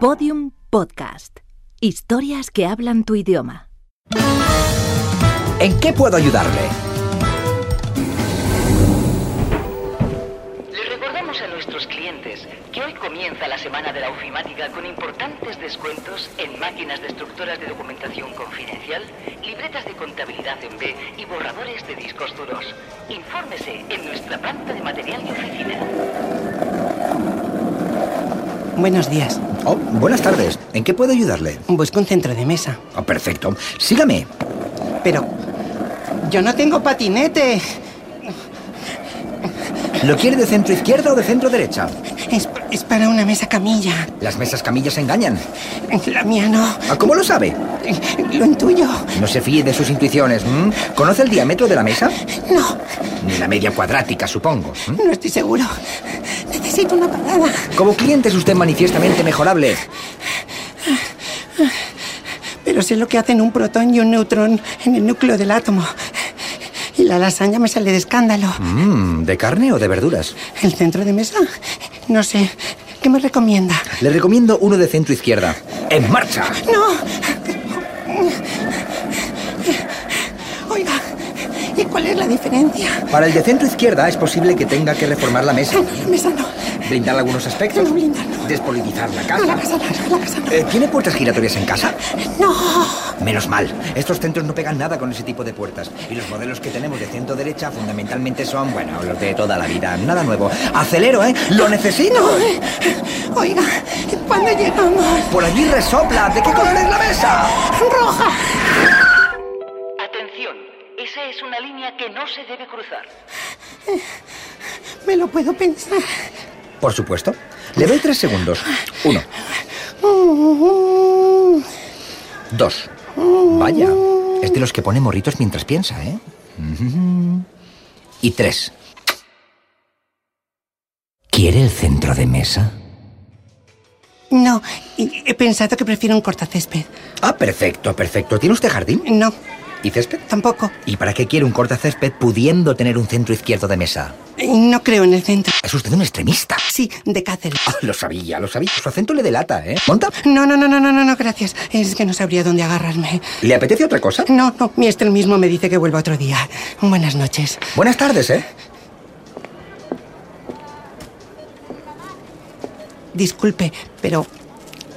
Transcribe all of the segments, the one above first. Podium Podcast. Historias que hablan tu idioma. ¿En qué puedo ayudarle? Le recordamos a nuestros clientes que hoy comienza la semana de la ofimática con importantes descuentos en máquinas destructoras de documentación confidencial, libretas de contabilidad en B y borradores de discos duros. Infórmese en nuestra planta de material de oficina. Buenos días. Oh, buenas tardes. ¿En qué puedo ayudarle? Busco un centro de mesa. Oh, perfecto. Sígame. Pero... Yo no tengo patinete. ¿Lo quiere de centro izquierda o de centro derecha? Es, es para una mesa camilla. Las mesas camillas engañan. La mía no. ¿Ah, ¿Cómo lo sabe? Lo intuyo. No se fíe de sus intuiciones. ¿m? ¿Conoce el diámetro de la mesa? No. Ni la media cuadrática, supongo. ¿m? No estoy seguro. Necesito una parada. Como cliente es usted manifiestamente mejorable. Pero sé lo que hacen un protón y un neutrón en el núcleo del átomo. Y la lasaña me sale de escándalo. Mm, ¿De carne o de verduras? ¿El centro de mesa? No sé. ¿Qué me recomienda? Le recomiendo uno de centro izquierda. ¡En marcha! ¡No! Oiga, ¿y cuál es la diferencia? Para el de centro izquierda es posible que tenga que reformar la mesa. No, la mesa no. Blindar algunos aspectos. No, blindar no. Despolitizar la No, casa. la casa no, la casa no. Eh, ¿Tiene puertas giratorias en casa? No. Menos mal. Estos centros no pegan nada con ese tipo de puertas. Y los modelos que tenemos de centro derecha fundamentalmente son, bueno, los de toda la vida. Nada nuevo. Acelero, ¿eh? ¡Lo necesito! No. Oiga, ¿cuándo llegamos? Por allí resopla. ¿De qué color es la mesa? Roja. Atención. Esa es una línea que no se debe cruzar. Me lo puedo pensar. Por supuesto. Le doy tres segundos. Uno. Mm. Dos. Vaya, es de los que pone morritos mientras piensa, ¿eh? Y tres. ¿Quiere el centro de mesa? No, he pensado que prefiero un cortacésped. Ah, perfecto, perfecto. ¿Tiene usted jardín? No. ¿Y césped? Tampoco. ¿Y para qué quiere un cortacésped pudiendo tener un centro izquierdo de mesa? No creo en el centro. ¿Es usted un extremista? Sí, de Cáceres. Ah, lo sabía, lo sabía. Su acento le delata, ¿eh? ¿Monta? No, no, no, no, no, no, no, gracias. Es que no sabría dónde agarrarme. ¿Le apetece otra cosa? No, no, mi Estel mismo me dice que vuelva otro día. Buenas noches. Buenas tardes, ¿eh? Disculpe, pero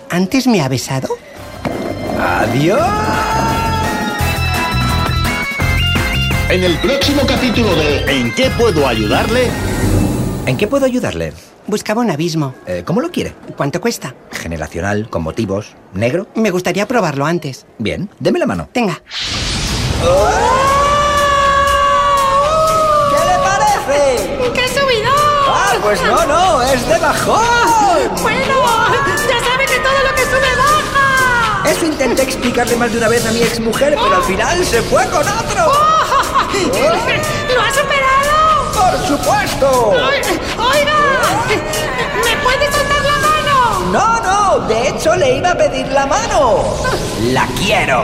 ¿antes me ha besado? ¡Adiós! en el próximo capítulo de ¿En qué puedo ayudarle? ¿En qué puedo ayudarle? Buscaba un abismo. Eh, ¿Cómo lo quiere? ¿Cuánto cuesta? Generacional, con motivos, negro. Me gustaría probarlo antes. Bien, deme la mano. Tenga. ¿Qué le parece? ¡Qué subido! Ah, pues no, no, es de bajón. Bueno, ya sabe que todo lo que sube baja. Eso intenté explicarle más de una vez a mi exmujer, pero al final se fue con Oh, otro. ¡Lo ha superado! Oh, ¡Por supuesto! ¡Oiga! ¿Me puede soltar la mano? No, no, de hecho le iba a pedir la mano. La quiero.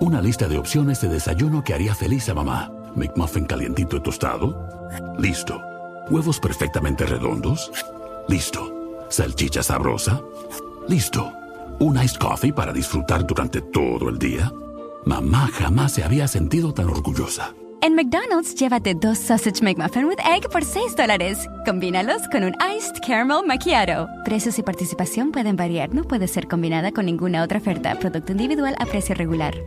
Una lista de opciones de desayuno que haría feliz a mamá. McMuffin calientito y tostado. Listo. Huevos perfectamente redondos. Listo. Salchicha sabrosa. Listo. Un iced coffee para disfrutar durante todo el día. Mamá jamás se había sentido tan orgullosa. En McDonald's, llévate dos Sausage McMuffin with Egg por 6 dólares. Combínalos con un Iced Caramel Macchiato. Precios y participación pueden variar. No puede ser combinada con ninguna otra oferta. Producto individual a precio regular.